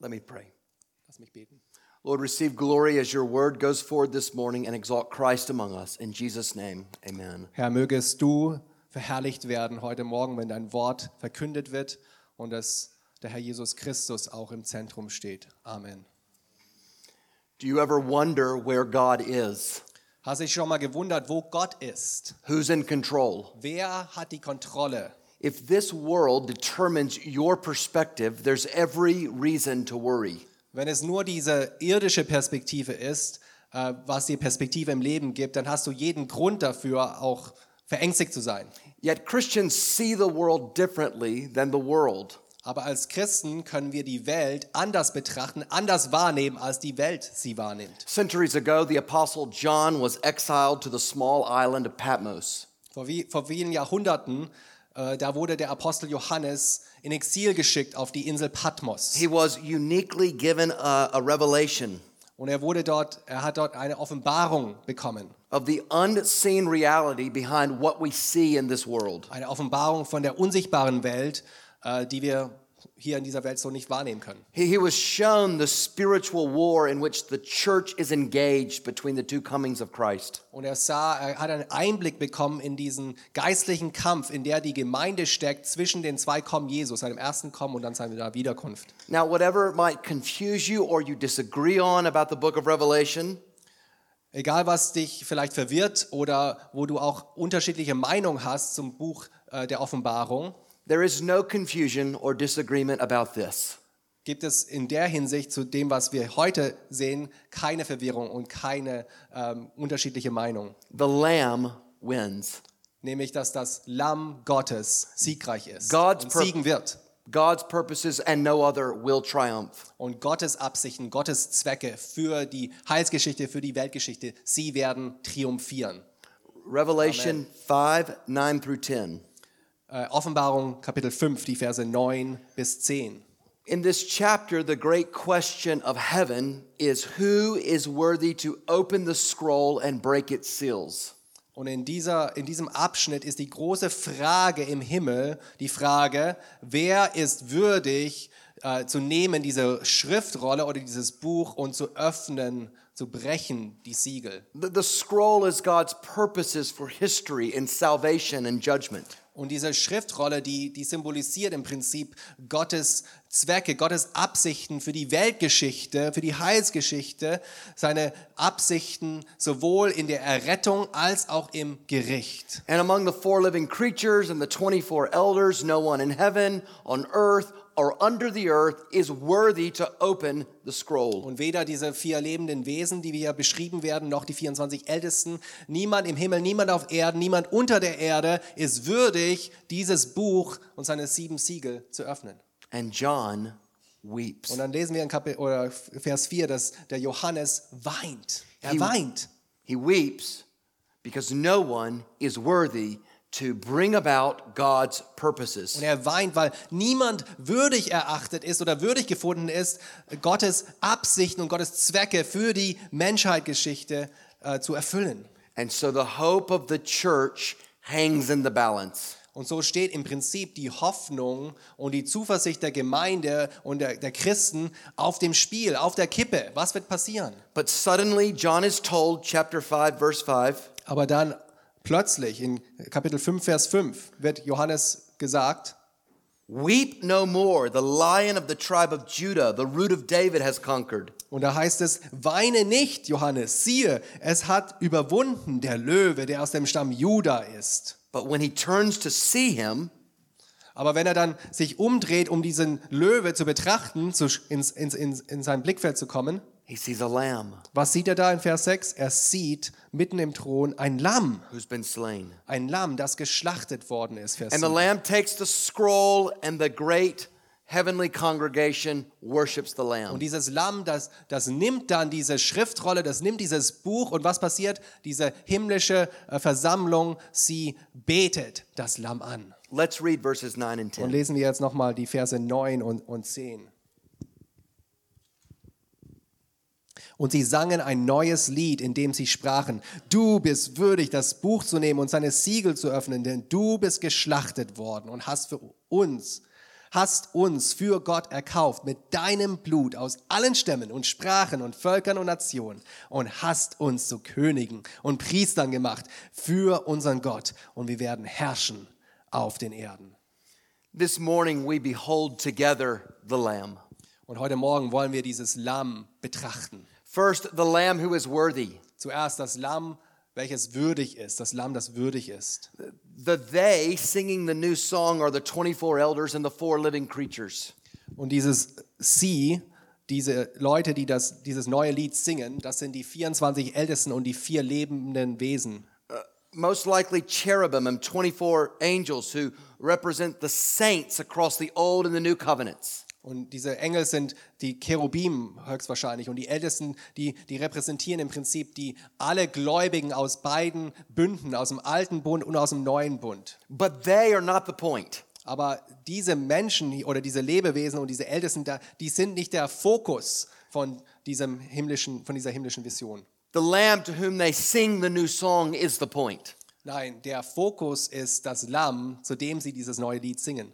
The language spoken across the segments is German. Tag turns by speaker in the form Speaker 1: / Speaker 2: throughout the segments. Speaker 1: Let me pray.
Speaker 2: Lass mich beten.
Speaker 1: Lord, receive glory as your word goes forward this morning and exalt Christ among us. In Jesus' name, amen.
Speaker 2: Herr, mögest du verherrlicht werden heute Morgen, wenn dein Wort verkündet wird und dass der Herr Jesus Christus auch im Zentrum steht. Amen.
Speaker 1: Do you ever wonder where God is?
Speaker 2: Hast du dich schon mal gewundert, wo Gott ist?
Speaker 1: Who's in control?
Speaker 2: Wer hat die Kontrolle?
Speaker 1: If this world determines your perspective, there's every reason to worry.
Speaker 2: Wenn es nur diese irdische Perspektive ist, äh, was die Perspektive im Leben gibt, dann hast du jeden Grund dafür, auch verängstigt zu sein.
Speaker 1: Yet Christians see the world differently than the world.
Speaker 2: Aber als Christen können wir die Welt anders betrachten, anders wahrnehmen, als die Welt sie wahrnimmt.
Speaker 1: Centuries ago, the Apostle John was exiled to the small island of Patmos.
Speaker 2: Vor, wie, vor vielen Jahrhunderten, äh, da wurde der Apostel Johannes in Exil geschickt auf die Insel Patmos.
Speaker 1: He was uniquely given a, a revelation
Speaker 2: Und er wurde dort, er hat dort eine Offenbarung bekommen.
Speaker 1: of the unseen reality behind what we see in this world.
Speaker 2: Eine Offenbarung von der unsichtbaren Welt, äh, die wir hier in dieser Welt so nicht wahrnehmen können.
Speaker 1: He, he was shown the spiritual war in which the church is engaged between the two comings of Christ.
Speaker 2: Und er sah, er hat einen Einblick bekommen in diesen geistlichen Kampf, in der die Gemeinde steckt zwischen den zwei Kommen Jesu, seinem ersten Kommen und dann seiner Wiederkunft.
Speaker 1: Now, whatever might confuse you or you disagree on about the book of Revelation,
Speaker 2: Egal, was dich vielleicht verwirrt oder wo du auch unterschiedliche Meinungen hast zum Buch äh, der Offenbarung,
Speaker 1: there is no confusion or disagreement about this.
Speaker 2: gibt es in der Hinsicht zu dem, was wir heute sehen, keine Verwirrung und keine ähm, unterschiedliche Meinung.
Speaker 1: The Lamb wins.
Speaker 2: Nämlich, dass das Lamm Gottes siegreich ist
Speaker 1: God's
Speaker 2: und
Speaker 1: pur-
Speaker 2: siegen wird.
Speaker 1: God's purposes and no other will triumph.
Speaker 2: Und Gottes Absichten, Gottes Zwecke für die Heilsgeschichte, für die Weltgeschichte, sie werden triumphieren.
Speaker 1: Revelation 5 9 through 10.
Speaker 2: Äh, Offenbarung Kapitel 5, die Verse 9 bis 10.
Speaker 1: In this chapter, the great question of heaven is who is worthy to open the scroll and break its seals?
Speaker 2: Und in, dieser, in diesem Abschnitt ist die große Frage im Himmel, die Frage, wer ist würdig äh, zu nehmen diese Schriftrolle oder dieses Buch und zu öffnen, zu brechen die Siegel.
Speaker 1: The, the scroll is God's purposes for history and salvation and judgment.
Speaker 2: Und diese Schriftrolle, die, die symbolisiert im Prinzip Gottes Zwecke, Gottes Absichten für die Weltgeschichte, für die Heilsgeschichte, seine Absichten sowohl in der Errettung als auch im Gericht.
Speaker 1: And among the four living creatures and the 24 elders, no one in heaven, on earth, or under the earth is worthy to open the scroll.
Speaker 2: Und weder diese vier lebenden Wesen, die hier beschrieben werden, noch die 24 Ältesten, niemand im Himmel, niemand auf Erden, niemand unter der Erde ist würdig, dieses Buch und seine sieben Siegel zu öffnen.
Speaker 1: And John
Speaker 2: Und
Speaker 1: weeps.
Speaker 2: dann lesen wir in Kapitel, oder Vers 4, dass der Johannes weint. Er
Speaker 1: He-
Speaker 2: weint.
Speaker 1: He weeps because no one is worthy to bring about God's
Speaker 2: Und
Speaker 1: purposes.
Speaker 2: er weint, weil niemand würdig erachtet ist oder würdig gefunden ist, Gottes Absichten und Gottes Zwecke für die Menschheitsgeschichte äh, zu erfüllen.
Speaker 1: And so the hope of the church hangs in the balance.
Speaker 2: Und so steht im Prinzip die Hoffnung und die Zuversicht der Gemeinde und der, der Christen auf dem Spiel, auf der Kippe. Was wird passieren?
Speaker 1: But suddenly, John is told, chapter 5, verse 5.
Speaker 2: Aber dann plötzlich in Kapitel 5, Vers 5 wird Johannes gesagt,
Speaker 1: Weep no more. The lion of the tribe of Judah, the root of David, has conquered.
Speaker 2: Und da heißt es, weine nicht, Johannes, siehe, es hat überwunden der Löwe, der aus dem Stamm Juda ist.
Speaker 1: But when he turns to see him,
Speaker 2: Aber wenn er dann sich umdreht, um diesen Löwe zu betrachten, zu, ins, ins, ins, in sein Blickfeld zu kommen,
Speaker 1: he sees a lamb
Speaker 2: was sieht er da in Vers 6? Er sieht mitten im Thron ein Lamm,
Speaker 1: who's been slain.
Speaker 2: ein Lamm, das geschlachtet worden ist, Vers
Speaker 1: And the
Speaker 2: 7.
Speaker 1: lamb takes the scroll, and the great heavenly congregation worships the lamb.
Speaker 2: Und dieses Lamm, das, das nimmt dann diese Schriftrolle, das nimmt dieses Buch und was passiert? Diese himmlische äh, Versammlung, sie betet das Lamm an.
Speaker 1: Let's read verses 9 and
Speaker 2: Und
Speaker 1: 10.
Speaker 2: lesen wir jetzt nochmal die Verse 9 und, und 10. Und sie sangen ein neues Lied, in dem sie sprachen, du bist würdig, das Buch zu nehmen und seine Siegel zu öffnen, denn du bist geschlachtet worden und hast für uns hast uns für Gott erkauft mit deinem Blut aus allen Stämmen und Sprachen und Völkern und Nationen und hast uns zu Königen und Priestern gemacht für unseren Gott und wir werden herrschen auf den Erden.
Speaker 1: This morning we behold together the Lamb.
Speaker 2: Und heute Morgen wollen wir dieses Lamm betrachten.
Speaker 1: First, the Lamb who is worthy.
Speaker 2: Zuerst das Lamm, welches würdig ist, das Lamm, das würdig ist.
Speaker 1: The they singing the new song are the 24 elders and the four living creatures.
Speaker 2: Und dieses Sie, diese Leute, die das, dieses neue Lied singen, das sind die 24 Ältesten und die vier lebenden Wesen.
Speaker 1: Most likely cherubim and 24 angels who represent the saints across the Old and the New Covenants.
Speaker 2: Und diese Engel sind die Cherubim höchstwahrscheinlich. Und die Ältesten, die, die repräsentieren im Prinzip die alle Gläubigen aus beiden Bünden, aus dem alten Bund und aus dem neuen Bund.
Speaker 1: But they are not the point.
Speaker 2: Aber diese Menschen hier- oder diese Lebewesen und diese Ältesten, da- die sind nicht der Fokus von, diesem himmlischen, von dieser himmlischen Vision.
Speaker 1: The Lamb to whom they sing the new song is the point.
Speaker 2: Nein, der Fokus ist das Lamm, zu dem sie dieses neue Lied singen.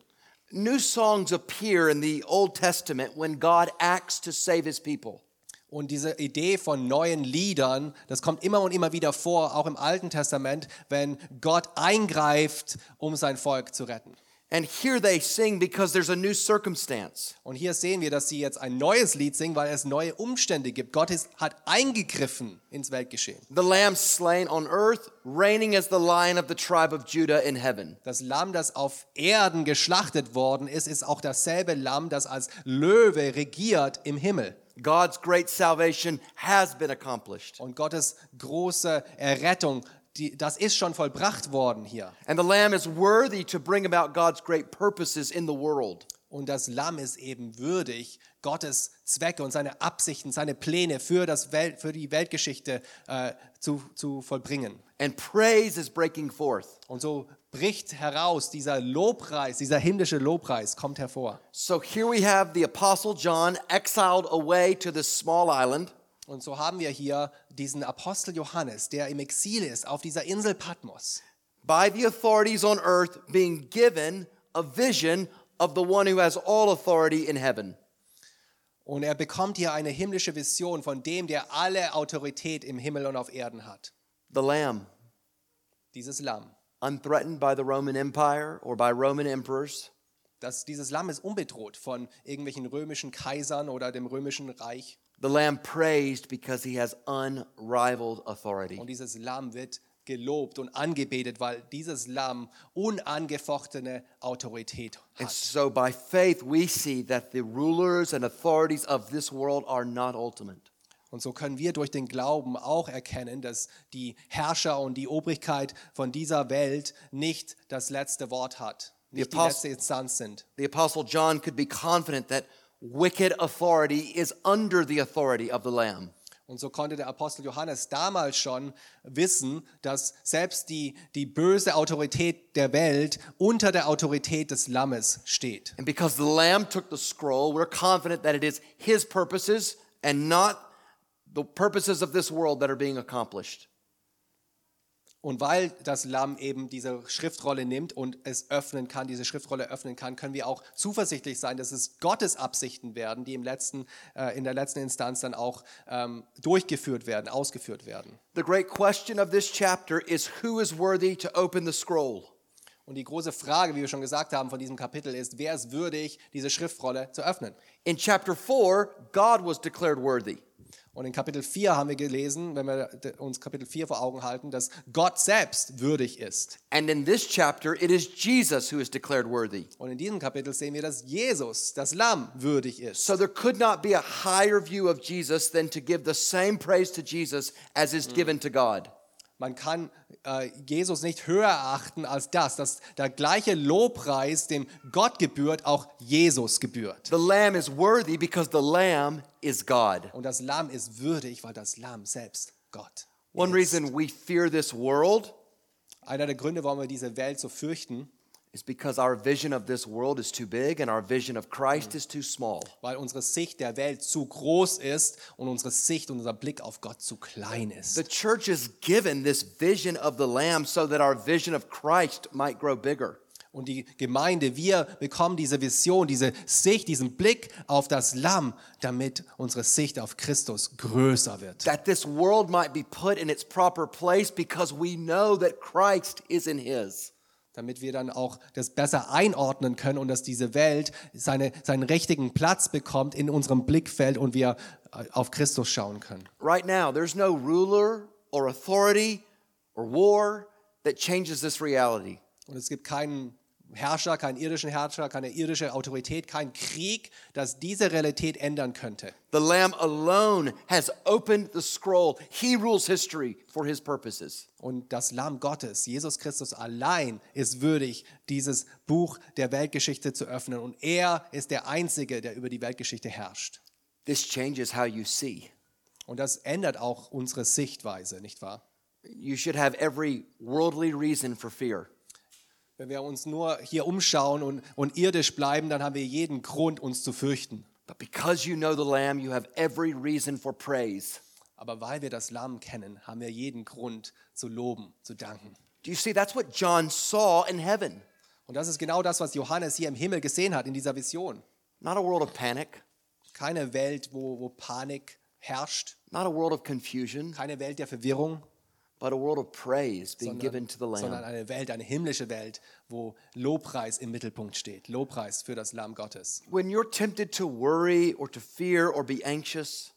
Speaker 1: New songs appear in the Old Testament when God acts to save his people.
Speaker 2: Und diese Idee von neuen Liedern, das kommt immer und immer wieder vor, auch im Alten Testament, wenn Gott eingreift, um sein Volk zu retten.
Speaker 1: And here they sing because there's a new circumstance.
Speaker 2: Und hier sehen wir, dass sie jetzt ein neues Lied singen, weil es neue Umstände gibt. Gott ist, hat eingegriffen ins Weltgeschehen.
Speaker 1: The lamb slain on earth, reigning as the lion of the tribe of Judah in heaven.
Speaker 2: Das Lamm, das auf Erden geschlachtet worden ist, ist auch dasselbe Lamm, das als Löwe regiert im Himmel.
Speaker 1: God's great salvation has been accomplished.
Speaker 2: Und Gottes große Errettung, die, das ist schon vollbracht worden hier.
Speaker 1: And the lamb is worthy to bring about God's great purposes in the world.
Speaker 2: Und das Lamm ist eben würdig, Gottes Zwecke und seine Absichten, seine Pläne für, das Welt, für die Weltgeschichte äh, zu, zu vollbringen.
Speaker 1: And praise is breaking forth.
Speaker 2: Und so bricht heraus dieser Lobpreis, dieser himmlische Lobpreis kommt hervor.
Speaker 1: So here we have the apostle John exiled away to this small island.
Speaker 2: Und so haben wir hier diesen Apostel Johannes, der im Exil ist auf dieser Insel Patmos.
Speaker 1: by the authorities on earth being given a vision of the one who has all authority in heaven.
Speaker 2: Und er bekommt hier eine himmlische Vision von dem, der alle Autorität im Himmel und auf Erden hat.
Speaker 1: The Lamb,
Speaker 2: Dieses Lamm.
Speaker 1: unthreatened by the Roman Empire or by Roman emperors,
Speaker 2: Das, dieses Lamm ist unbedroht von irgendwelchen römischen Kaisern oder dem römischen Reich.
Speaker 1: the Lamb praised because he has unrivaled authority.
Speaker 2: Und dieses Lamm wird gelobt und angebetet, weil dieses Lamm unangefochtene Autorität
Speaker 1: And
Speaker 2: hat.
Speaker 1: so by faith, we see that the rulers and authorities of this world are not ultimate.
Speaker 2: Und so können wir durch den Glauben auch erkennen, dass die Herrscher und die Obrigkeit von dieser Welt nicht das letzte Wort hat, nicht die
Speaker 1: Apostel-
Speaker 2: letzte Instanz sind.
Speaker 1: The Apostle John could be confident that wicked authority is under the authority of the Lamb.
Speaker 2: Und so konnte der Apostel Johannes damals schon wissen, dass selbst die, die böse Autorität der Welt unter der Autorität des Lammes steht.
Speaker 1: And because the Lamb took the scroll, we're confident that it is His purposes and not the purposes of this world that are being accomplished.
Speaker 2: Und weil das Lamm eben diese Schriftrolle nimmt und es öffnen kann, diese Schriftrolle öffnen kann, können wir auch zuversichtlich sein, dass es Gottes Absichten werden, die im letzten, äh, in der letzten Instanz dann auch ähm, durchgeführt werden, ausgeführt werden.
Speaker 1: The great question of this chapter is who is worthy to open the scroll?
Speaker 2: Und die große Frage, wie wir schon gesagt haben von diesem Kapitel, ist, wer ist würdig, diese Schriftrolle zu öffnen?
Speaker 1: In chapter 4, God was declared worthy.
Speaker 2: Und in Kapitel 4 haben wir gelesen, wenn wir uns Kapitel 4 vor Augen halten, dass Gott selbst würdig ist.
Speaker 1: And in this chapter, it is Jesus who is declared worthy.
Speaker 2: Und in diesem Kapitel sehen wir, dass Jesus, das Lamm, würdig ist.
Speaker 1: So there could not be a higher view of Jesus than to give the same praise to Jesus as is given to God.
Speaker 2: Man kann äh, Jesus nicht höher achten als das, dass der gleiche Lobpreis, dem Gott gebührt, auch Jesus gebührt.
Speaker 1: The Lamb is worthy because the Lamb is God.
Speaker 2: Und das Lamm ist würdig, weil das Lamm selbst Gott.
Speaker 1: One reason we fear this world
Speaker 2: Einer der Gründe, warum wir diese Welt so fürchten,
Speaker 1: is because our vision of this world is too big and our vision of Christ is too small.
Speaker 2: weil unsere Sicht der Welt zu groß ist und unsere Sicht und unser Blick auf Gott zu klein
Speaker 1: The
Speaker 2: ist.
Speaker 1: church is given this vision of the Lamb so that our vision of Christ might grow bigger.
Speaker 2: Und die Gemeinde, wir bekommen diese Vision, diese Sicht, diesen Blick auf das Lamm, damit unsere Sicht auf Christus größer wird.
Speaker 1: that this world might be put in its proper place because we know that Christ is in his.
Speaker 2: Damit wir dann auch das besser einordnen können und dass diese Welt seine, seinen richtigen Platz bekommt in unserem Blickfeld und wir äh, auf Christus schauen können.
Speaker 1: Right now, there's no ruler or authority or war that changes this reality.
Speaker 2: Und es gibt keinen Herrscher, keinen irdischen Herrscher, keine irdische Autorität, keinen Krieg, das diese Realität ändern könnte.
Speaker 1: The Lamb alone has opened the scroll. He rules history for his purposes.
Speaker 2: Und das Lamm Gottes, Jesus Christus allein, ist würdig, dieses Buch der Weltgeschichte zu öffnen. Und er ist der Einzige, der über die Weltgeschichte herrscht.
Speaker 1: This changes how you see.
Speaker 2: Und das ändert auch unsere Sichtweise, nicht wahr?
Speaker 1: You should have every worldly reason for fear.
Speaker 2: Wenn wir uns nur hier umschauen und, und irdisch bleiben, dann haben wir jeden Grund, uns zu fürchten.
Speaker 1: But because you know the Lamb, you have every reason for praise.
Speaker 2: Aber weil wir das Lamm kennen, haben wir jeden Grund zu loben, zu danken.
Speaker 1: Do you see? That's what John saw in heaven.
Speaker 2: Und das ist genau das, was Johannes hier im Himmel gesehen hat, in dieser Vision.
Speaker 1: Not a world of panic,
Speaker 2: Keine Welt, wo, wo Panik herrscht,
Speaker 1: not a world of confusion,
Speaker 2: keine Welt der Verwirrung,
Speaker 1: but a world of praise being given to the
Speaker 2: sondern
Speaker 1: Lamb.
Speaker 2: eine Welt, eine himmlische Welt, wo Lobpreis im Mittelpunkt steht. Lobpreis für das Lamm Gottes.
Speaker 1: When you're tempted to worry or to fear or be anxious,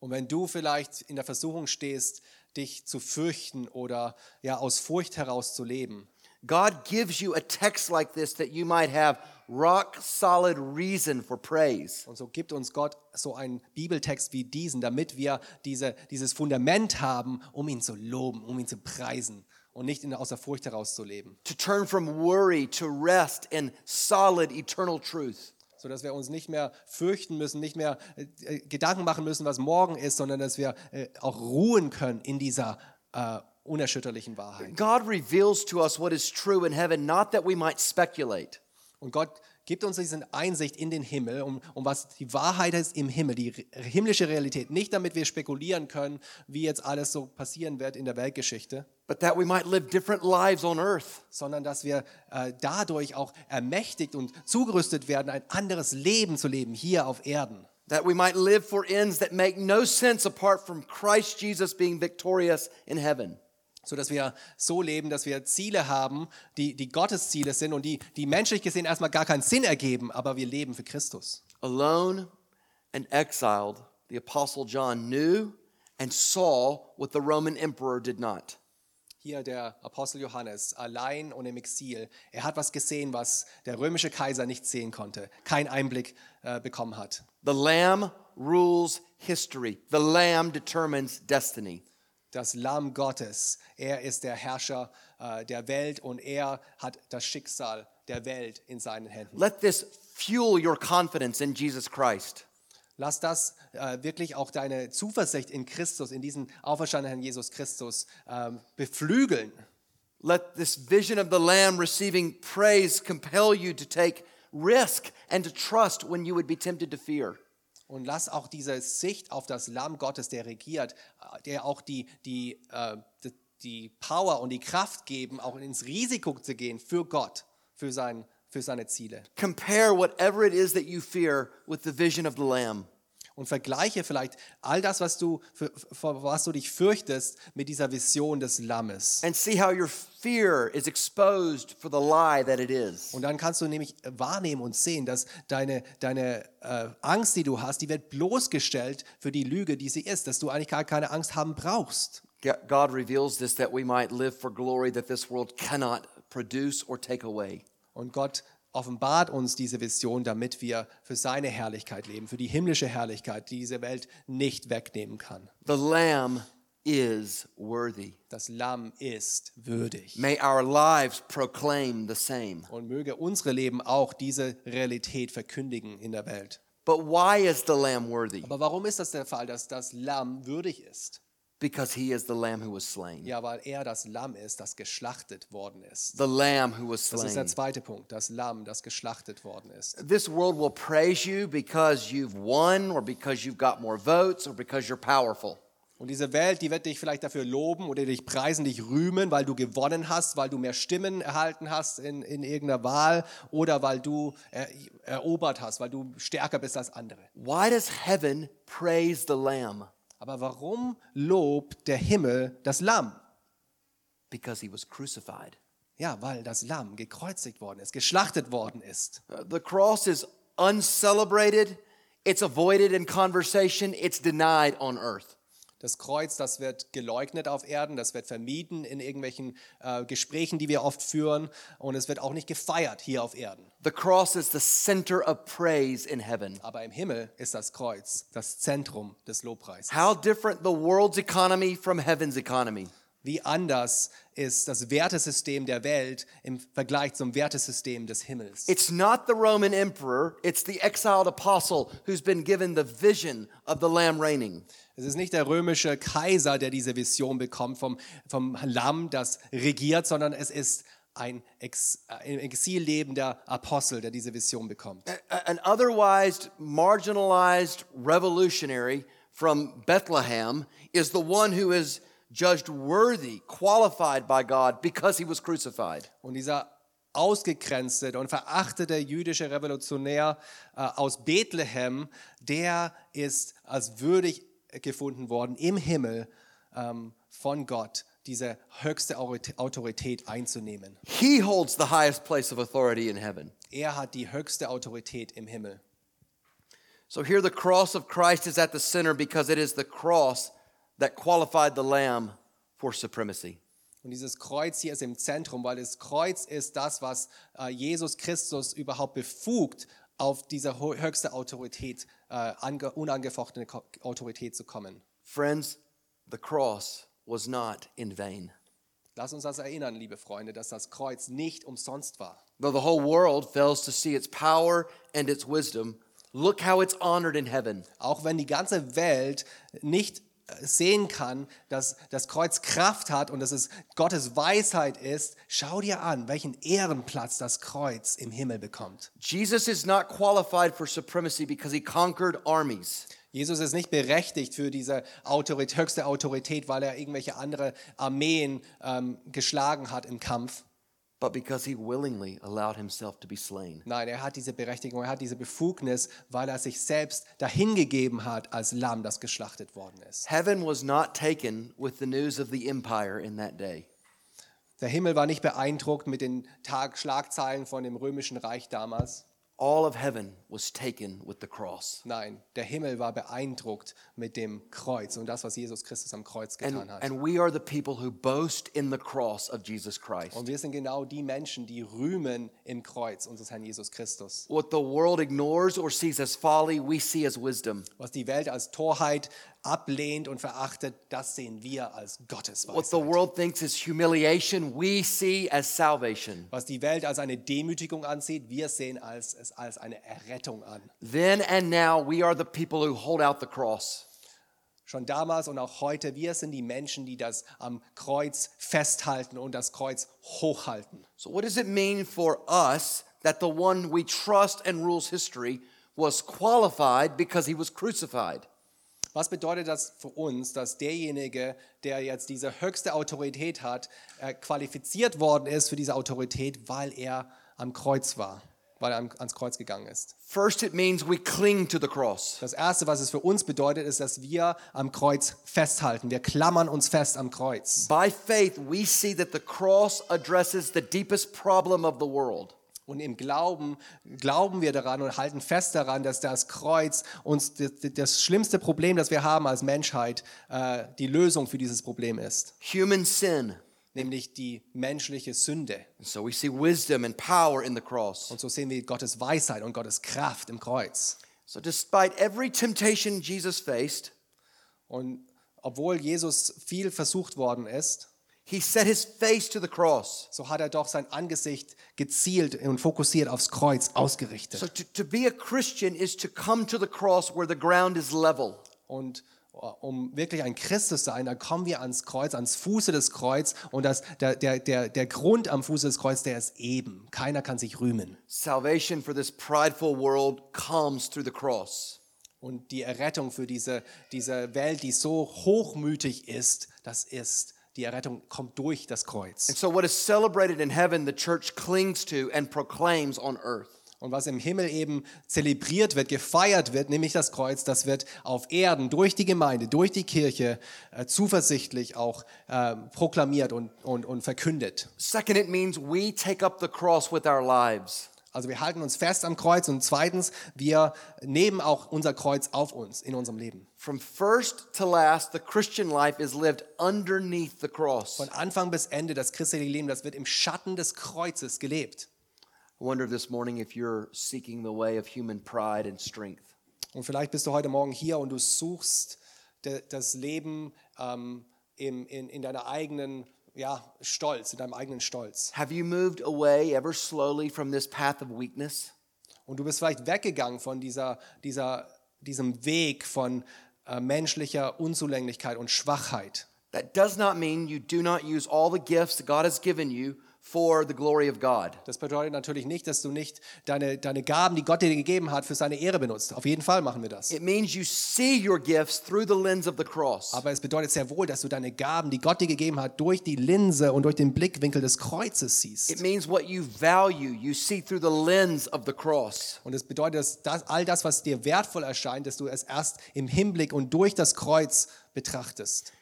Speaker 2: Und wenn du vielleicht in der Versuchung stehst, dich zu fürchten oder ja aus Furcht heraus zu leben,
Speaker 1: God gives you a text like this that you might have rock solid reason for praise.
Speaker 2: und so gibt uns Gott so einen Bibeltext wie diesen, damit wir diese, dieses Fundament haben, um ihn zu loben, um ihn zu preisen und nicht in, aus der Furcht heraus zu leben.
Speaker 1: To turn from worry to rest in solid eternal truth.
Speaker 2: sodass wir uns nicht mehr fürchten müssen, nicht mehr äh, äh, Gedanken machen müssen, was morgen ist, sondern dass wir äh, auch ruhen können in dieser äh, unerschütterlichen Wahrheit.
Speaker 1: God reveals to us what is true in heaven, not that we might speculate.
Speaker 2: Und Gott gibt uns diese Einsicht in den Himmel, um, um was die Wahrheit ist im Himmel, die re- himmlische Realität. Nicht damit wir spekulieren können, wie jetzt alles so passieren wird in der Weltgeschichte,
Speaker 1: but that we might live different lives on earth.
Speaker 2: sondern dass wir äh, dadurch auch ermächtigt und zugerüstet werden, ein anderes Leben zu leben hier auf Erden.
Speaker 1: That we might live for ends that make no sense apart from Christ Jesus being victorious in heaven.
Speaker 2: so dass wir so leben, dass wir Ziele haben, die, die Gottes Ziele sind und die, die menschlich gesehen erstmal gar keinen Sinn ergeben, aber wir leben für Christus.
Speaker 1: Alone and exiled, the Apostle John knew and saw what the Roman emperor did not.
Speaker 2: Hier der Apostel Johannes, allein und im Exil. Er hat was gesehen, was der römische Kaiser nicht sehen konnte, keinen Einblick äh, bekommen hat.
Speaker 1: The Lamb rules history, the Lamb determines destiny.
Speaker 2: Das Lamm Gottes, er ist der Herrscher äh, der Welt und er hat das Schicksal der Welt in seinen Händen.
Speaker 1: Let this fuel your confidence in Jesus Christ.
Speaker 2: Lass das äh, wirklich auch deine Zuversicht in Christus, in diesen auferstandenen Herrn Jesus Christus ähm, beflügeln.
Speaker 1: Let this vision of the Lamb receiving praise compel you to take risk and to trust when you would be tempted to fear.
Speaker 2: Und lass auch diese Sicht auf das Lamm Gottes, der regiert, äh, der auch die, die, äh, die- die Power und die Kraft geben, auch ins Risiko zu gehen für Gott, für, sein, für seine Ziele.
Speaker 1: Compare whatever it is that you fear with the vision of the Lamb.
Speaker 2: Und vergleiche vielleicht all das, was du, für, vor was du dich fürchtest, mit dieser Vision des Lammes.
Speaker 1: and see how your fear is exposed for the lie that it is.
Speaker 2: Und dann kannst du nämlich wahrnehmen und sehen, dass deine, deine äh, Angst, die du hast, die wird bloßgestellt für die Lüge, die sie ist, dass du eigentlich gar keine Angst haben brauchst.
Speaker 1: Ga- God reveals this that we might live for glory that this world cannot produce or take away.
Speaker 2: Und Gott offenbart uns diese Vision, damit wir für seine Herrlichkeit leben, für die himmlische Herrlichkeit, die diese Welt nicht wegnehmen kann.
Speaker 1: The Lamb is worthy.
Speaker 2: Das Lamm ist würdig.
Speaker 1: May our lives proclaim the same.
Speaker 2: Und möge unsere Leben auch diese Realität verkündigen in der Welt.
Speaker 1: But why is the Lamb worthy?
Speaker 2: Aber warum ist das der Fall, dass das Lamm würdig ist?
Speaker 1: Because he is the Lamb who was slain.
Speaker 2: Ja, weil er das Lamm ist, das geschlachtet worden ist.
Speaker 1: The Lamb who was
Speaker 2: Das ist der
Speaker 1: slain.
Speaker 2: zweite Punkt, das Lamm, das geschlachtet worden ist.
Speaker 1: This world will praise you because you've won or because you've got more votes or because you're powerful.
Speaker 2: Und diese Welt, die wird dich vielleicht dafür loben oder dich preisen, dich rühmen, weil du gewonnen hast, weil du mehr Stimmen erhalten hast in, in irgendeiner Wahl oder weil du äh, erobert hast, weil du stärker bist als andere.
Speaker 1: Why does heaven praise the Lamb?
Speaker 2: Aber warum lobt der Himmel das Lamm?
Speaker 1: Because he was crucified.
Speaker 2: Ja, weil das Lamm gekreuzigt worden ist, geschlachtet worden ist.
Speaker 1: Uh, The cross is uncelebrated, it's avoided in conversation, it's denied on earth.
Speaker 2: Das Kreuz, das wird geleugnet auf Erden, das wird vermieden in irgendwelchen äh, Gesprächen, die wir oft führen und es wird auch nicht gefeiert hier auf Erden.
Speaker 1: The cross is the center of praise in heaven.
Speaker 2: Aber im Himmel ist das Kreuz das Zentrum des Lobpreises.
Speaker 1: How different the world's economy from heaven's economy.
Speaker 2: Wie anders ist das Wertesystem der Welt im Vergleich zum Wertesystem des Himmels?
Speaker 1: It's not the Roman emperor, it's the exiled apostle who's been given the vision of the Lamb reigning.
Speaker 2: Es ist nicht der römische Kaiser, der diese Vision bekommt vom, vom Lamm, das regiert, sondern es ist ein Ex, äh, im Exil lebender Apostel, der diese Vision bekommt.
Speaker 1: A- An otherwise marginalized revolutionary from Bethlehem is the one who is judged worthy, qualified by God because he was crucified.
Speaker 2: Und dieser ausgegrenzte und verachtete jüdische Revolutionär äh, aus Bethlehem, der ist als würdig gefunden worden im Himmel ähm, von Gott, diese höchste Autori- Autorität einzunehmen.
Speaker 1: He holds the highest place of authority in heaven.
Speaker 2: Er hat die höchste Autorität im Himmel.
Speaker 1: So here the cross of Christ is at the center because it is the cross that qualified the lamb for supremacy.
Speaker 2: Und dieses Kreuz hier ist im Zentrum, weil das Kreuz ist das, was äh, Jesus Christus überhaupt befugt, auf diese ho- höchste Autorität, äh, ange unangefochtene Ko Autorität zu kommen.
Speaker 1: Friends, the cross was not in vain.
Speaker 2: Lass uns das erinnern, liebe Freunde, dass das Kreuz nicht umsonst war.
Speaker 1: Though the whole world fails to see its power and its wisdom, look how it's honored in heaven.
Speaker 2: Auch wenn die ganze Welt nicht äh, sehen kann, dass das Kreuz Kraft hat und dass es Gottes Weisheit ist, schau dir an, welchen Ehrenplatz das Kreuz im Himmel bekommt.
Speaker 1: Jesus is not qualified for supremacy because he conquered armies.
Speaker 2: Jesus ist nicht berechtigt für diese Autorität, höchste Autorität, weil er irgendwelche andere Armeen ähm, geschlagen hat im Kampf.
Speaker 1: but because he willingly allowed himself to be slain.
Speaker 2: Nein, er hat diese Berechtigung, er hat diese Befugnis, weil er sich selbst dahingegeben hat als Lamm, das geschlachtet worden ist.
Speaker 1: Heaven was not taken with the news of the empire in that day.
Speaker 2: Der Himmel war nicht beeindruckt mit den Tag Schlagzeilen von dem römischen Reich damals.
Speaker 1: All of heaven was taken with the cross.
Speaker 2: Nein, der Himmel war beeindruckt mit dem Kreuz und das, was Jesus Christus am Kreuz
Speaker 1: And,
Speaker 2: getan hat.
Speaker 1: and we are the people who boast in the cross of Jesus Christ.
Speaker 2: Und wir sind genau die Menschen, die rühmen im Kreuz unseres Herrn Jesus Christus.
Speaker 1: What the world ignores or sees as folly, we see as wisdom.
Speaker 2: Was die Welt als Torheit ablehnt und verachtet, das sehen wir als Gottes
Speaker 1: What the
Speaker 2: Weisheit.
Speaker 1: world thinks is humiliation, we see as salvation.
Speaker 2: Was die Welt als eine Demütigung ansieht, wir sehen als, es als eine Errettung an.
Speaker 1: Then and now, we are the people who hold out the cross.
Speaker 2: Schon damals und auch heute, wir sind die Menschen, die das am Kreuz festhalten und das Kreuz hochhalten.
Speaker 1: So, what does it mean for us that the one we trust and rules history was qualified because he was crucified?
Speaker 2: Was bedeutet das für uns, dass derjenige, der jetzt diese höchste Autorität hat, äh, qualifiziert worden ist für diese Autorität, weil er am Kreuz war, weil er am- ans Kreuz gegangen ist?
Speaker 1: First, it means we cling to the cross.
Speaker 2: Das Erste, was es für uns bedeutet, ist, dass wir am Kreuz festhalten. Wir klammern uns fest am Kreuz.
Speaker 1: By faith, we see that the cross addresses the deepest problem of the world.
Speaker 2: Und im Glauben glauben wir daran und halten fest daran, dass das Kreuz uns das, das schlimmste Problem, das wir haben als Menschheit, äh, die Lösung für dieses Problem ist,
Speaker 1: Human sin.
Speaker 2: nämlich die menschliche Sünde.
Speaker 1: And so we see wisdom and power in the cross.
Speaker 2: Und so sehen wir Gottes Weisheit und Gottes Kraft im Kreuz.
Speaker 1: So, despite every temptation Jesus faced,
Speaker 2: Und obwohl Jesus viel versucht worden ist,
Speaker 1: he set his face to the cross.
Speaker 2: so hat er doch sein Angesicht gezielt und fokussiert aufs Kreuz ausgerichtet.
Speaker 1: So, to, to be a Christian is to come to the cross where the ground is level.
Speaker 2: Und äh, um wirklich ein Christ zu sein, dann kommen wir ans Kreuz, ans Fuße des Kreuz. Und das, der, der, der, der Grund am Fuße des Kreuzes, der ist eben. Keiner kann sich rühmen.
Speaker 1: Salvation for this prideful world comes through the cross.
Speaker 2: Und die Errettung für diese, diese Welt, die so hochmütig ist, das ist, die Errettung kommt durch das Kreuz.
Speaker 1: And so, what is celebrated in heaven, the church clings to and proclaims on earth.
Speaker 2: Und was im Himmel eben zelebriert wird, gefeiert wird, nämlich das Kreuz, das wird auf Erden durch die Gemeinde, durch die Kirche äh, zuversichtlich auch äh, proklamiert und, und, und verkündet.
Speaker 1: Second, it means we take up the cross with our lives.
Speaker 2: Also wir halten uns fest am Kreuz und zweitens, wir nehmen auch unser Kreuz auf uns in unserem Leben.
Speaker 1: From first to last, the Christian life is lived underneath the cross.
Speaker 2: Von Anfang bis Ende das christliche Leben, das wird im Schatten des Kreuzes gelebt.
Speaker 1: I wonder this morning if you're seeking the way of human pride and strength.
Speaker 2: Und vielleicht bist du heute Morgen hier und du suchst de, das Leben ähm, im, in, in deiner eigenen ja, Stolz, in deinem eigenen Stolz.
Speaker 1: Have you moved away ever slowly from this path of weakness?
Speaker 2: Und du bist vielleicht weggegangen von dieser, dieser, diesem Weg von äh, menschlicher Unzulänglichkeit und Schwachheit.
Speaker 1: That does not mean you do not use all the gifts that God has given you for the glory of God.
Speaker 2: Das bedeutet natürlich nicht, dass du nicht deine, deine Gaben, die Gott dir gegeben hat, für seine Ehre benutzt. Auf jeden Fall machen wir das.
Speaker 1: It means you see your gifts through the lens of the cross.
Speaker 2: Aber es bedeutet sehr wohl, dass du deine Gaben, die Gott dir gegeben hat, durch die Linse und durch den Blickwinkel des Kreuzes siehst.
Speaker 1: It means what you value, you see through the lens of the cross.
Speaker 2: Und es bedeutet, dass das, all das, was dir wertvoll erscheint, dass du es erst im Hinblick und durch das Kreuz betrachtest.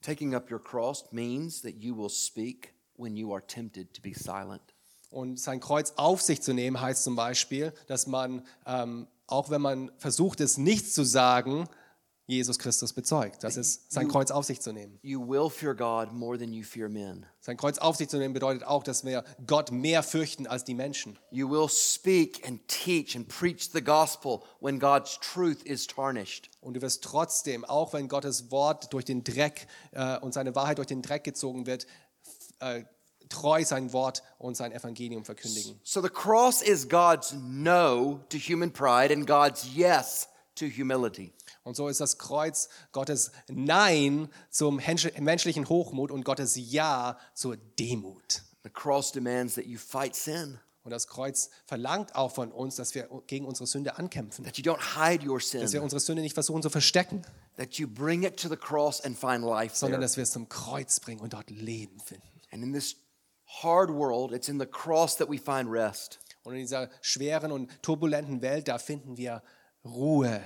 Speaker 1: Taking up your cross means that you will speak when you are tempted to be silent.
Speaker 2: Und sein Kreuz auf sich zu nehmen, heißt zum Beispiel, dass man, ähm, auch wenn man versucht, es nicht zu sagen, Jesus Christus bezeugt. Das ist sein Kreuz auf sich zu nehmen.
Speaker 1: You will fear God more than you fear men.
Speaker 2: Sein Kreuz auf sich zu nehmen bedeutet auch, dass wir Gott mehr fürchten als die Menschen.
Speaker 1: You will speak and teach and preach the gospel when God's truth is tarnished.
Speaker 2: Und du wirst trotzdem, auch wenn Gottes Wort durch den Dreck äh, und seine Wahrheit durch den Dreck gezogen wird, f- äh, treu sein Wort und sein Evangelium verkündigen.
Speaker 1: So the cross is God's no to human pride and God's yes to humility.
Speaker 2: Und so ist das Kreuz Gottes Nein zum hensch- menschlichen Hochmut und Gottes Ja zur Demut.
Speaker 1: The cross demands that you fight sin,
Speaker 2: Und das Kreuz verlangt auch von uns, dass wir gegen unsere Sünde ankämpfen,
Speaker 1: that you don't hide your
Speaker 2: dass wir
Speaker 1: sin,
Speaker 2: unsere Sünde nicht versuchen zu verstecken,
Speaker 1: that you bring it to the cross and find life
Speaker 2: sondern
Speaker 1: there.
Speaker 2: dass wir es zum Kreuz bringen und dort Leben finden.
Speaker 1: And in this hard world, it's in the cross that we find rest.
Speaker 2: Und in dieser schweren und turbulenten Welt, da finden wir Ruhe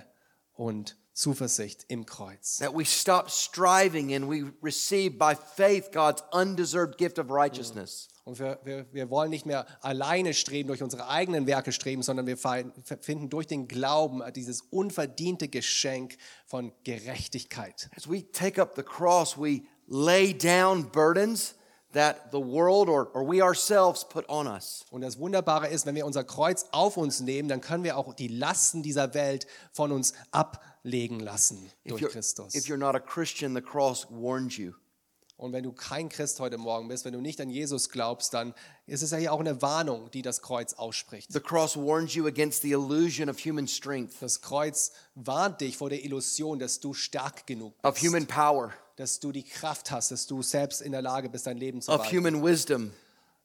Speaker 2: und Zuversicht im Kreuz.
Speaker 1: That we stop striving and we receive by faith God's undeserved gift of righteousness.
Speaker 2: Und wir, wir, wir wollen nicht mehr alleine streben, durch unsere eigenen Werke streben, sondern wir fein- finden durch den Glauben äh, dieses unverdiente Geschenk von Gerechtigkeit.
Speaker 1: As we take up the cross, we lay down burdens that the world or, or we ourselves put on us.
Speaker 2: Und das Wunderbare ist, wenn wir unser Kreuz auf uns nehmen, dann können wir auch die Lasten dieser Welt von uns ablegen lassen
Speaker 1: If
Speaker 2: durch
Speaker 1: you're,
Speaker 2: Christus.
Speaker 1: if you're not a Christian, the cross warns you.
Speaker 2: Und wenn du kein Christ heute Morgen bist, wenn du nicht an Jesus glaubst, dann ist es ja hier auch eine Warnung, die das Kreuz ausspricht.
Speaker 1: The cross warns you against the illusion of human strength,
Speaker 2: Das Kreuz warnt dich vor der Illusion, dass du stark genug
Speaker 1: of
Speaker 2: bist,
Speaker 1: human power,
Speaker 2: dass du die Kraft hast, dass du selbst in der Lage bist, dein Leben zu
Speaker 1: of
Speaker 2: walten.
Speaker 1: human wisdom,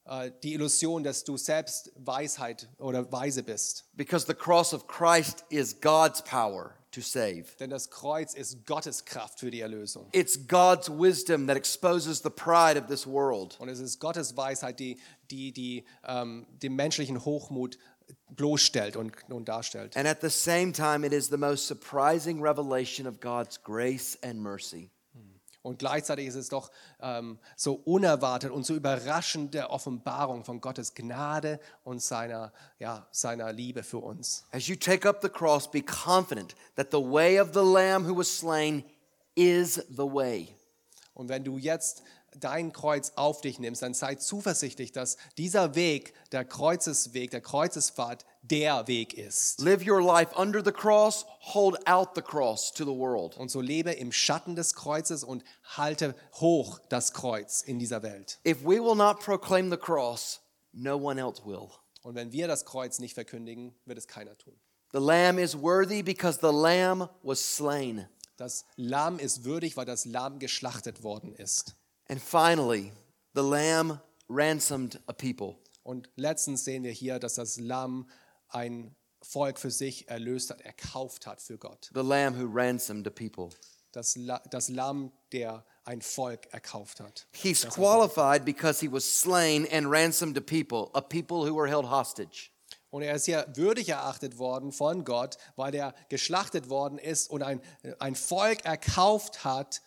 Speaker 2: Äh, Die Illusion, dass du selbst Weisheit oder Weise bist.
Speaker 1: because the cross of Christ is God's power to save.
Speaker 2: Denn das Kreuz ist Gottes Kraft für die Erlösung.
Speaker 1: It's God's wisdom that exposes the pride of this world.
Speaker 2: Und es ist Gottes Weisheit, die, die, die ähm, den menschlichen Hochmut bloßstellt und, und darstellt.
Speaker 1: And at the same time, it is the most surprising revelation of God's grace and mercy.
Speaker 2: Und gleichzeitig ist es doch ähm, so unerwartet und so überraschende Offenbarung von Gottes Gnade und seiner, ja, seiner Liebe für uns.
Speaker 1: As you take up the cross, be confident that the way of the Lamb who was slain is the way.
Speaker 2: Und wenn du jetzt dein Kreuz auf dich nimmst, dann sei zuversichtlich, dass dieser Weg, der Kreuzesweg, der Kreuzesfahrt, der Weg ist.
Speaker 1: Live your life under the cross, hold out the cross to the world.
Speaker 2: Und so lebe im Schatten des Kreuzes und halte hoch das Kreuz in dieser Welt.
Speaker 1: If we will not proclaim the cross, no one else will.
Speaker 2: Und wenn wir das Kreuz nicht verkündigen, wird es keiner tun.
Speaker 1: The Lamb is worthy because the Lamb was slain.
Speaker 2: Das Lamm ist würdig, weil das Lamm geschlachtet worden ist.
Speaker 1: And finally, the Lamb ransomed a people.
Speaker 2: Und letztens sehen wir hier, dass das Lamm ein Volk für sich erlöst hat, erkauft hat für Gott.
Speaker 1: the Lamb who ransomed a people.
Speaker 2: Das, La das Lamm, der ein Volk erkauft hat.
Speaker 1: He's qualified because he was slain and ransomed a people, a people who were held hostage.
Speaker 2: Und er ist hier würdig erachtet worden von Gott, weil er geschlachtet worden ist und ein, ein Volk erkauft hat,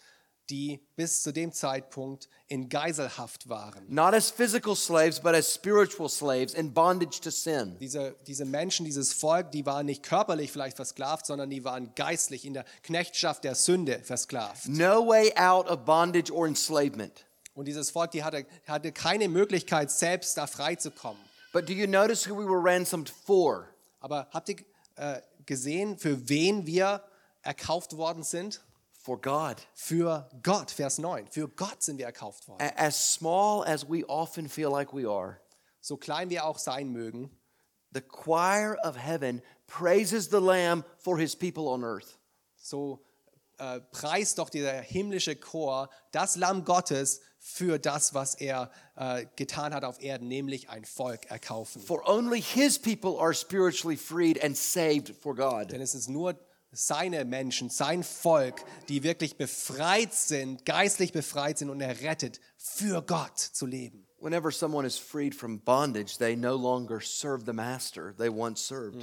Speaker 2: die bis zu dem Zeitpunkt in Geiselhaft waren.
Speaker 1: Not as physical slaves, but as spiritual slaves in bondage to sin.
Speaker 2: Diese, diese Menschen, dieses Volk, die waren nicht körperlich vielleicht versklavt, sondern die waren geistlich in der Knechtschaft der Sünde versklavt.
Speaker 1: No way out of bondage or enslavement.
Speaker 2: Und dieses Volk, die hatte, hatte keine Möglichkeit, selbst da freizukommen.
Speaker 1: But do you notice who we were ransomed for?
Speaker 2: Aber habt ihr äh, gesehen, für wen wir erkauft worden sind?
Speaker 1: For God.
Speaker 2: Für Gott, Vers 9. Für Gott sind wir erkauft worden.
Speaker 1: A- As small as we often feel like we are,
Speaker 2: So klein wir auch sein mögen,
Speaker 1: the choir of heaven praises the Lamb for his people on earth.
Speaker 2: so äh, preist doch dieser himmlische Chor das Lamm Gottes für das, was er äh, getan hat auf Erden, nämlich ein Volk erkaufen.
Speaker 1: For only his people are spiritually freed and saved for God.
Speaker 2: Denn es ist nur seine Menschen, sein Volk, die wirklich befreit sind, geistlich befreit sind und errettet, für Gott zu leben.
Speaker 1: Whenever someone is freed from bondage, they no longer serve the master they once served.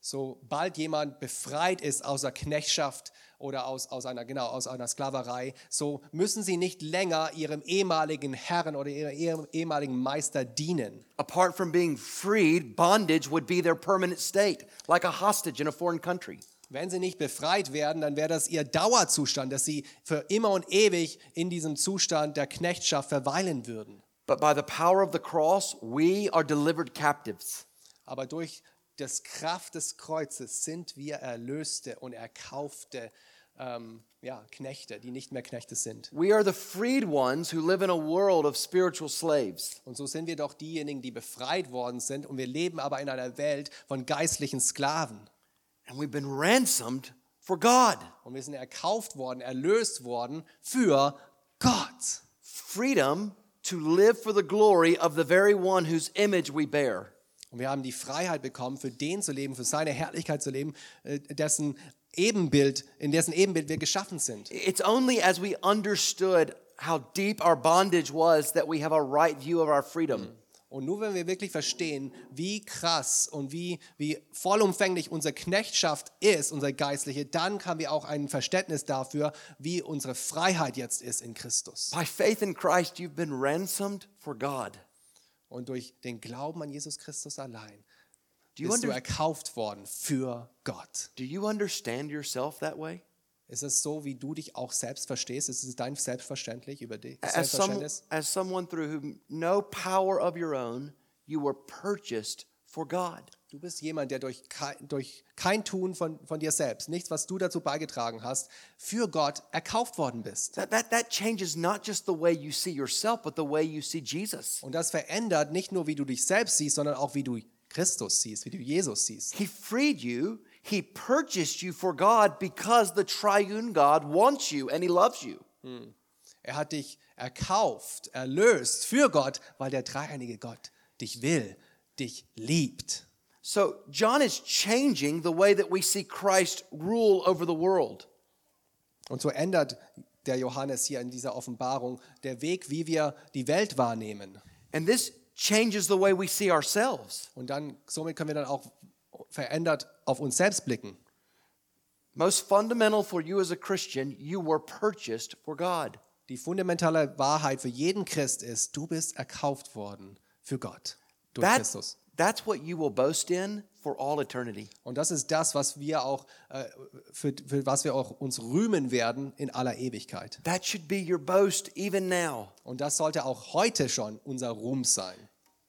Speaker 2: Sobald jemand befreit ist aus der Knechtschaft oder aus, aus, einer, genau, aus einer Sklaverei, so müssen sie nicht länger ihrem ehemaligen Herrn oder ihrem ehem- ehemaligen Meister dienen.
Speaker 1: Apart from being freed, bondage would be their permanent state, like a hostage in a foreign country.
Speaker 2: Wenn sie nicht befreit werden, dann wäre das ihr Dauerzustand, dass sie für immer und ewig in diesem Zustand der Knechtschaft verweilen würden.
Speaker 1: But by the power of the cross, we are delivered captives.
Speaker 2: Aber durch das Kraft des Kreuzes sind wir erlöste und erkaufte ähm, ja, Knechte, die nicht mehr Knechte sind.
Speaker 1: We are the freed ones who live in a world of spiritual slaves.
Speaker 2: Und so sind wir doch diejenigen, die befreit worden sind und wir leben aber in einer Welt von geistlichen Sklaven.
Speaker 1: And we've been ransomed for God.
Speaker 2: Und wir sind erkauft worden, erlöst worden für Gott.
Speaker 1: Freedom to live for the glory of the very one whose image we bear.
Speaker 2: Und wir haben die Freiheit bekommen, für den zu leben, für seine Herrlichkeit zu leben, äh, dessen Ebenbild, in dessen Ebenbild wir geschaffen sind.
Speaker 1: It's only as we understood how deep our bondage was that we have a right view of our freedom.
Speaker 2: Und nur wenn wir wirklich verstehen, wie krass und wie, wie vollumfänglich unsere Knechtschaft ist, unsere geistliche, dann haben wir auch ein Verständnis dafür, wie unsere Freiheit jetzt ist in Christus.
Speaker 1: By faith in Christ, you've been ransomed for God.
Speaker 2: Und durch den Glauben an Jesus Christus allein
Speaker 1: Do you,
Speaker 2: bist du
Speaker 1: under-
Speaker 2: erkauft worden für Gott.
Speaker 1: do you understand yourself that way?
Speaker 2: Ist es so, wie du dich auch selbst verstehst? Ist es dein Selbstverständlich über dich?
Speaker 1: As, some,
Speaker 2: Selbstverständnis?
Speaker 1: as someone through whom no power of your own, you were purchased for God.
Speaker 2: Du bist jemand, der durch kein, durch kein Tun von, von dir selbst, nichts, was du dazu beigetragen hast, für Gott erkauft worden bist.
Speaker 1: That, that, that changes not just the way you see yourself, but the way you see Jesus.
Speaker 2: Und das verändert nicht nur, wie du dich selbst siehst, sondern auch, wie du Christus siehst, wie du Jesus siehst.
Speaker 1: He freed you, He purchased you for God because the triune God wants you and He loves you.
Speaker 2: Er hat dich erkauft, erlöst für Gott, weil der dreieinige Gott dich will, dich liebt.
Speaker 1: So, John is changing the way that we see Christ rule over the world.
Speaker 2: Und so ändert der Johannes hier in dieser Offenbarung der Weg, wie wir die Welt wahrnehmen.
Speaker 1: And this changes the way we see ourselves.
Speaker 2: Und dann, somit können wir dann auch verändert auf uns selbst blicken.
Speaker 1: Most fundamental for you as a Christian, you were purchased for God.
Speaker 2: Die fundamentale Wahrheit für jeden Christ ist, du bist erkauft worden für Gott durch
Speaker 1: That,
Speaker 2: Christus.
Speaker 1: that's what you will boast in for all eternity.
Speaker 2: Und das ist das, was wir auch, äh, für, für was wir auch uns rühmen werden in aller Ewigkeit.
Speaker 1: That should be your boast even now.
Speaker 2: Und das sollte auch heute schon unser Ruhm sein.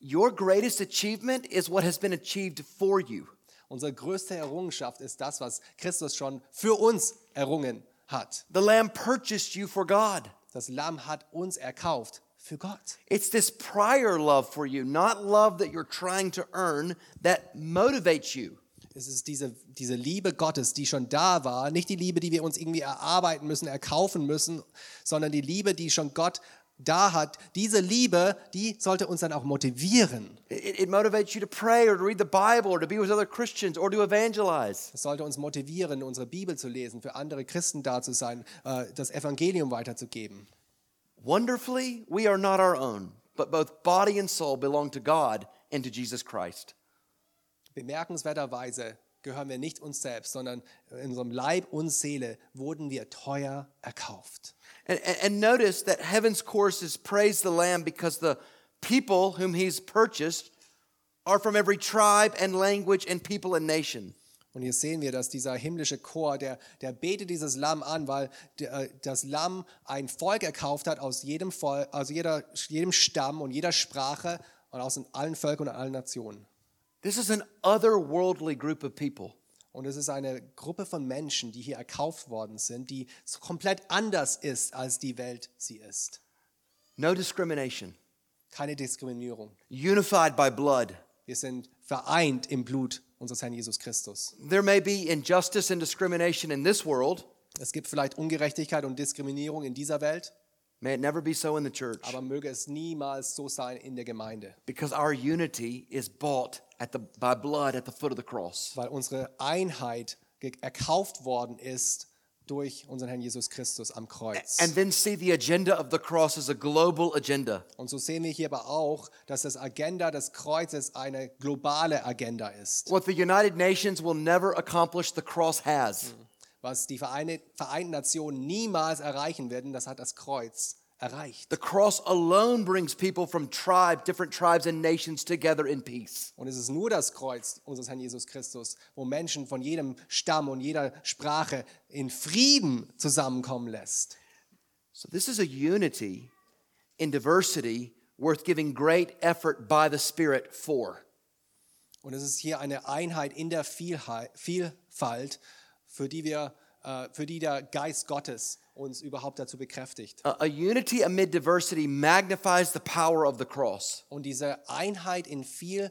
Speaker 1: Your greatest achievement is what has been achieved for you.
Speaker 2: Unsere größte Errungenschaft ist das, was Christus schon für uns errungen hat.
Speaker 1: The Lamb purchased you for God.
Speaker 2: Das Lamm hat uns erkauft für Gott.
Speaker 1: It's this prior love for you, not love that you're trying to earn, that motivates you.
Speaker 2: Es ist diese, diese Liebe Gottes, die schon da war, nicht die Liebe, die wir uns irgendwie erarbeiten müssen, erkaufen müssen, sondern die Liebe, die schon Gott da hat, diese Liebe, die sollte uns dann auch motivieren.
Speaker 1: It, it motivates you to pray or to read the Bible or to be with other Christians or to evangelize.
Speaker 2: Es sollte uns motivieren, unsere Bibel zu lesen, für andere Christen da zu sein, äh, das Evangelium weiterzugeben.
Speaker 1: Wonderfully, we are not our own, but both body and soul belong to God and to Jesus Christ.
Speaker 2: Bemerkenswerterweise gehören wir nicht uns selbst, sondern in unserem Leib und Seele wurden wir teuer erkauft.
Speaker 1: And, and, and notice that heaven's course is praise the Lamb because the people whom he's purchased are from every tribe and language and people and nation.
Speaker 2: Und hier sehen wir, dass dieser himmlische Chor, der, der betet dieses Lamm an, weil der, äh, das Lamm ein Volk erkauft hat aus jedem, Volk, aus jeder, jedem Stamm und jeder Sprache und aus allen Völkern und allen Nationen.
Speaker 1: This is an otherworldly group of people.
Speaker 2: Und es ist eine Gruppe von Menschen, die hier erkauft worden sind, die so komplett anders ist, als die Welt sie ist.
Speaker 1: No discrimination,
Speaker 2: Keine Diskriminierung.
Speaker 1: unified by blood.
Speaker 2: Wir sind vereint im Blut unseres Herrn Jesus Christus.
Speaker 1: There may be injustice and discrimination in this world.
Speaker 2: Es gibt vielleicht Ungerechtigkeit und Diskriminierung in dieser Welt,
Speaker 1: May it never be so in the church
Speaker 2: aber möge es niemals so sein in der Gemeinde,
Speaker 1: because our unity is bought at the, by blood at the foot of the cross.
Speaker 2: weil unsere Einheit ge- erkauft worden ist durch unseren Herrn Jesus Christus am Kreuz.
Speaker 1: And then see the agenda of the cross as a global agenda.
Speaker 2: Und so sehen wir hier aber auch, dass das Agenda des Kreuzes eine globale Agenda ist.
Speaker 1: What the United Nations will never accomplish, the cross has.
Speaker 2: Was die Vereine, Vereinten Nationen niemals erreichen werden, das hat das Kreuz erreicht.
Speaker 1: The cross alone brings people from tribe, different tribes and nations together in peace.
Speaker 2: Und es ist nur das Kreuz unseres Herrn Jesus Christus, wo Menschen von jedem Stamm und jeder Sprache in Frieden zusammenkommen lässt.
Speaker 1: So, this is a unity in diversity worth giving great effort by the Spirit for.
Speaker 2: Und es ist hier eine Einheit in der Vielheit, Vielfalt, für die, wir, äh, für die der Geist Gottes uns überhaupt dazu bekräftigt.
Speaker 1: A, a unity amid diversity magnifies the power of the cross.
Speaker 2: Und diese Einheit in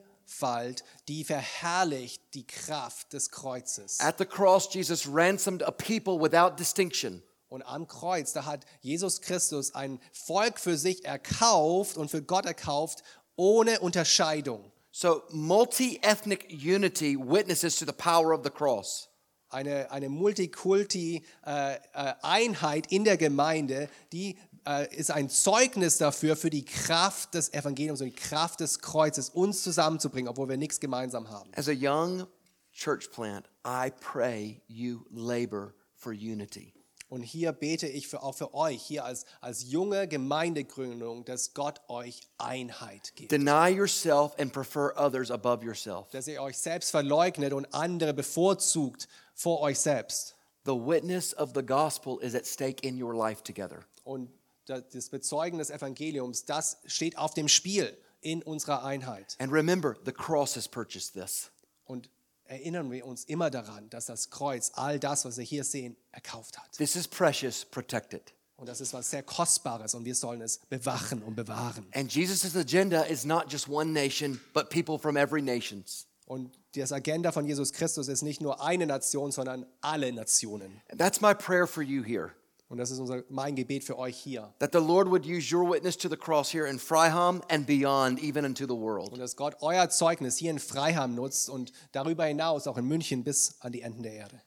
Speaker 2: Vielfalt, die verherrlicht die Kraft des Kreuzes.
Speaker 1: At the cross, Jesus ransomed a people without distinction.
Speaker 2: Und am Kreuz, da hat Jesus Christus ein Volk für sich erkauft und für Gott erkauft, ohne Unterscheidung.
Speaker 1: So, multi ethnic unity witnesses to the power of the cross.
Speaker 2: Eine, eine Multikulti-Einheit in der Gemeinde, die äh, ist ein Zeugnis dafür, für die Kraft des Evangeliums und die Kraft des Kreuzes, uns zusammenzubringen, obwohl wir nichts gemeinsam haben.
Speaker 1: As a young church plant, I pray you labor for unity.
Speaker 2: Und hier bete ich für, auch für euch, hier als, als junge Gemeindegründung, dass Gott euch Einheit gibt.
Speaker 1: Deny yourself and prefer others above yourself.
Speaker 2: Dass ihr euch selbst verleugnet und andere bevorzugt vor euch selbst.
Speaker 1: The witness of the gospel is at stake in your life together.
Speaker 2: Und da- das Bezeugen des Evangeliums, das steht auf dem Spiel in unserer Einheit.
Speaker 1: And remember, the cross has purchased this.
Speaker 2: Und erinnern wir uns immer daran, dass das Kreuz all das, was wir hier sehen, erkauft hat.
Speaker 1: This is precious, protect it.
Speaker 2: Und das ist was sehr Kostbares und wir sollen es bewachen und bewahren.
Speaker 1: And Jesus' agenda is not just one nation, but people from every nations.
Speaker 2: Und das Agenda von Jesus Christus ist nicht nur eine Nation, sondern alle Nationen.
Speaker 1: That's my prayer for you here.
Speaker 2: Und das ist unser, mein Gebet für euch hier.
Speaker 1: That the Lord would use your witness to the cross here in Freiham and beyond, even unto the world.
Speaker 2: Und dass Gott euer Zeugnis hier in Freiham nutzt und darüber hinaus auch in München bis an die Enden der Erde.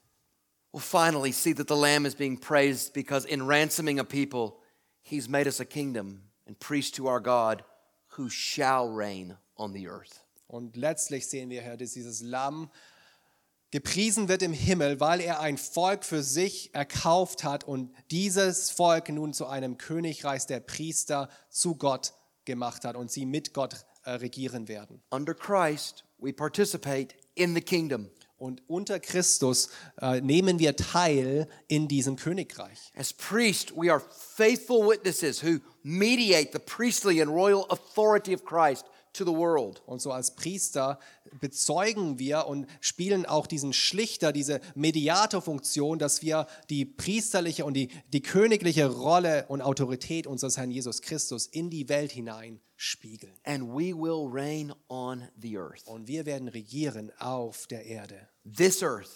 Speaker 1: We'll finally see that the Lamb is being praised because in ransoming a people, he's made us a kingdom and priests to our God who shall reign on the earth.
Speaker 2: Und letztlich sehen wir hier, dass dieses Lamm gepriesen wird im Himmel, weil er ein Volk für sich erkauft hat und dieses Volk nun zu einem Königreich der Priester zu Gott gemacht hat und sie mit Gott äh, regieren werden.
Speaker 1: Under Christ, we participate in the kingdom.
Speaker 2: Und unter Christus äh, nehmen wir teil in diesem Königreich.
Speaker 1: As priests, we are faithful witnesses who mediate the priestly and royal authority of Christ to the world.
Speaker 2: Und so als Priester bezeugen wir und spielen auch diesen Schlichter, diese Mediatorfunktion, dass wir die priesterliche und die, die königliche Rolle und Autorität unseres Herrn Jesus Christus in die Welt hinein spiegeln.
Speaker 1: And we will reign on the earth.
Speaker 2: Und wir werden regieren auf der Erde.
Speaker 1: This earth,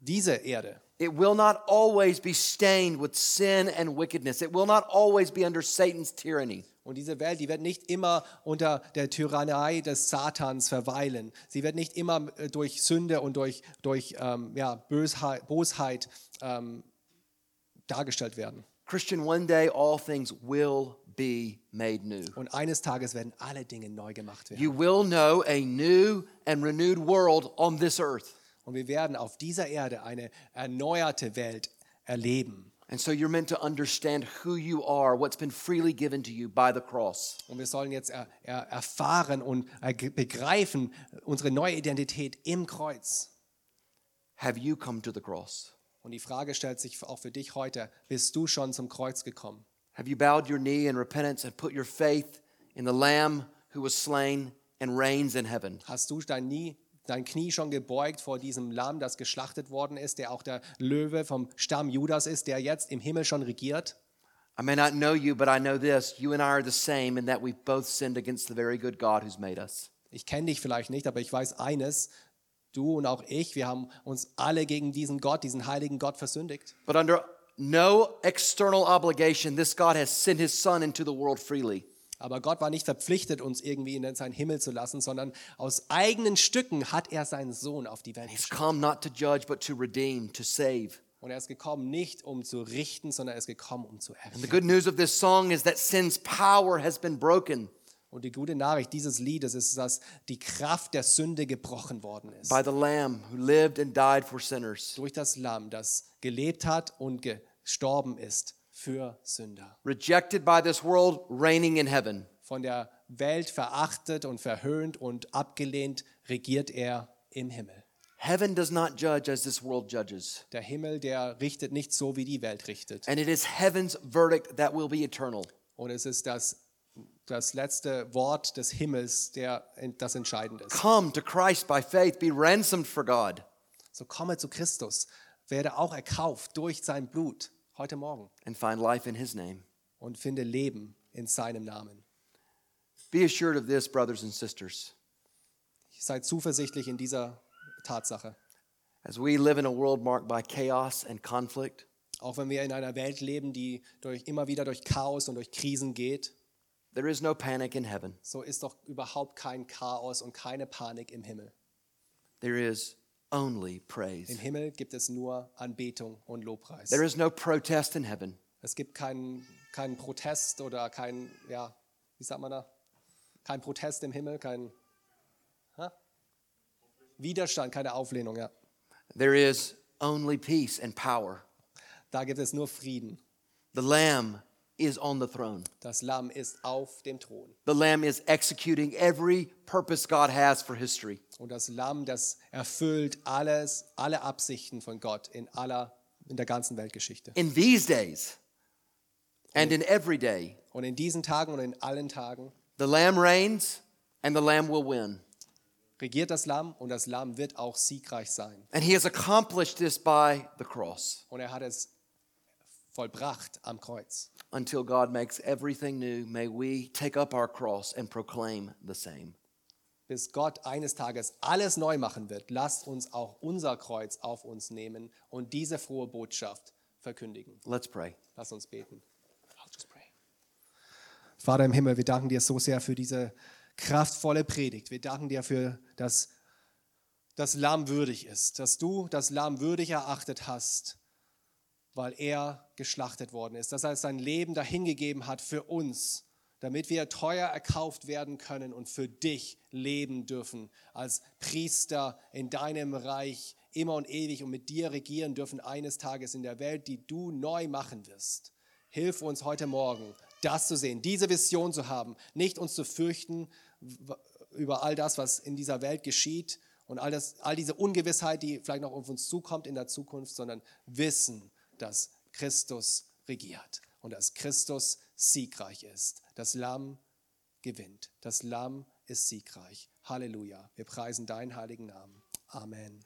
Speaker 2: Diese Erde,
Speaker 1: It will not always be stained with sin and wickedness. It will not always be under Satan's tyranny.
Speaker 2: Und diese Welt, die wird nicht immer unter der Tyrannei des Satans verweilen. Sie wird nicht immer äh, durch Sünde und durch, durch ähm, ja, Bösheit, Bosheit ähm, dargestellt werden.
Speaker 1: Christian, one day all things will be made new.
Speaker 2: Und eines Tages werden alle Dinge neu gemacht werden.
Speaker 1: You will know a new and renewed world on this earth.
Speaker 2: Und wir werden auf dieser Erde eine erneuerte Welt erleben.
Speaker 1: And so you're meant to understand who you are, what's been freely given to you by the cross.
Speaker 2: Und wir sollen jetzt er, er, erfahren und er, begreifen unsere neue Identität im Kreuz.
Speaker 1: Have you come to the cross?
Speaker 2: Und die Frage stellt sich auch für dich heute, bist du schon zum Kreuz gekommen?
Speaker 1: Have you bowed your knee in repentance and put your faith in the Lamb who was slain and reigns in heaven?
Speaker 2: Hast du dein, Nie, dein Knie schon gebeugt vor diesem Lamm, das geschlachtet worden ist, der auch der Löwe vom Stamm Judas ist, der jetzt im Himmel schon regiert?
Speaker 1: I may not know you, but I know this. You and I are the same in that we both sinned against the very good God who's made us.
Speaker 2: Ich kenne dich vielleicht nicht, aber ich weiß eines, du und auch ich, wir haben uns alle gegen diesen Gott, diesen heiligen Gott versündigt.
Speaker 1: But under no external obligation, this God has sent his Son into the world freely.
Speaker 2: Aber Gott war nicht verpflichtet, uns irgendwie in seinen Himmel zu lassen, sondern aus eigenen Stücken hat er seinen Sohn auf die Welt
Speaker 1: He's
Speaker 2: geschickt.
Speaker 1: come not to judge, but to redeem, to save.
Speaker 2: Und er ist gekommen, nicht um zu richten, sondern er ist gekommen, um zu
Speaker 1: The
Speaker 2: erretten.
Speaker 1: good news of this song is that sin's power has been broken
Speaker 2: Und die gute Nachricht dieses Liedes ist, dass die Kraft der Sünde gebrochen worden ist.
Speaker 1: by the Lamb who lived and died for sinners.
Speaker 2: Durch das Lamm, das gelebt hat und gestorben ist für Sünder.
Speaker 1: Rejected by this world, reigning in heaven.
Speaker 2: Von der Welt verachtet und verhöhnt und abgelehnt, regiert er im Himmel.
Speaker 1: Heaven does not judge as this world judges.
Speaker 2: Der Himmel, der richtet nicht so, wie die Welt richtet.
Speaker 1: And it is heaven's verdict that will be eternal.
Speaker 2: Und es ist das, das letzte Wort des Himmels, der, das entscheidend ist.
Speaker 1: Come to Christ by faith, be ransomed for God,
Speaker 2: So komme zu Christus, werde auch erkauft durch sein Blut heute Morgen
Speaker 1: and find life in his name.
Speaker 2: und finde Leben in seinem Namen.
Speaker 1: Be assured of this, brothers and sisters.
Speaker 2: Sei zuversichtlich in dieser Tatsache.
Speaker 1: As we live in a world marked by chaos and conflict,
Speaker 2: Auch wenn wir in einer Welt leben, die durch, immer wieder durch Chaos und durch Krisen geht,
Speaker 1: there is no panic in heaven.
Speaker 2: so ist doch überhaupt kein Chaos und keine Panik im Himmel.
Speaker 1: There is only
Speaker 2: Im
Speaker 1: praise.
Speaker 2: Himmel gibt es nur Anbetung und Lobpreis.
Speaker 1: There is no protest in heaven.
Speaker 2: Es gibt keinen, keinen Protest oder kein, ja, wie sagt man da? Kein Protest im Himmel, kein hä? Widerstand, keine Auflehnung, ja.
Speaker 1: There is only peace and power.
Speaker 2: Da gibt es nur Frieden.
Speaker 1: The Lamb is on the throne.
Speaker 2: Das Lamm ist auf dem Thron.
Speaker 1: The Lamb is executing every purpose God has for history.
Speaker 2: Und das Lamm, das erfüllt alles, alle Absichten von Gott in aller, in der ganzen Weltgeschichte.
Speaker 1: In these days and in every day,
Speaker 2: Und in diesen Tagen und in allen Tagen
Speaker 1: the Lamb reigns and the Lamb will win.
Speaker 2: regiert das Lamm und das Lamm wird auch siegreich sein.
Speaker 1: And he has accomplished this by the cross
Speaker 2: Und er hat es vollbracht am Kreuz.
Speaker 1: until God makes everything new. May we take up our cross and proclaim the same.
Speaker 2: bis Gott eines Tages alles neu machen wird, lasst uns auch unser Kreuz auf uns nehmen und diese frohe Botschaft verkündigen.
Speaker 1: Let's pray.
Speaker 2: Lasst uns beten. Vater im Himmel, wir danken dir so sehr für diese kraftvolle Predigt. Wir danken dir für das, das Lamm würdig ist, dass du das Lamm würdig erachtet hast, weil er geschlachtet worden ist, dass er sein Leben dahingegeben hat für uns, damit wir teuer erkauft werden können und für dich leben dürfen, als Priester in deinem Reich immer und ewig und mit dir regieren dürfen eines Tages in der Welt, die du neu machen wirst. Hilf uns heute Morgen, das zu sehen, diese Vision zu haben, nicht uns zu fürchten w- über all das, was in dieser Welt geschieht und all, das, all diese Ungewissheit, die vielleicht noch auf uns zukommt in der Zukunft, sondern wissen, dass Christus regiert und dass Christus siegreich ist. Das Lamm gewinnt. Das Lamm ist siegreich. Halleluja. Wir preisen deinen heiligen Namen. Amen.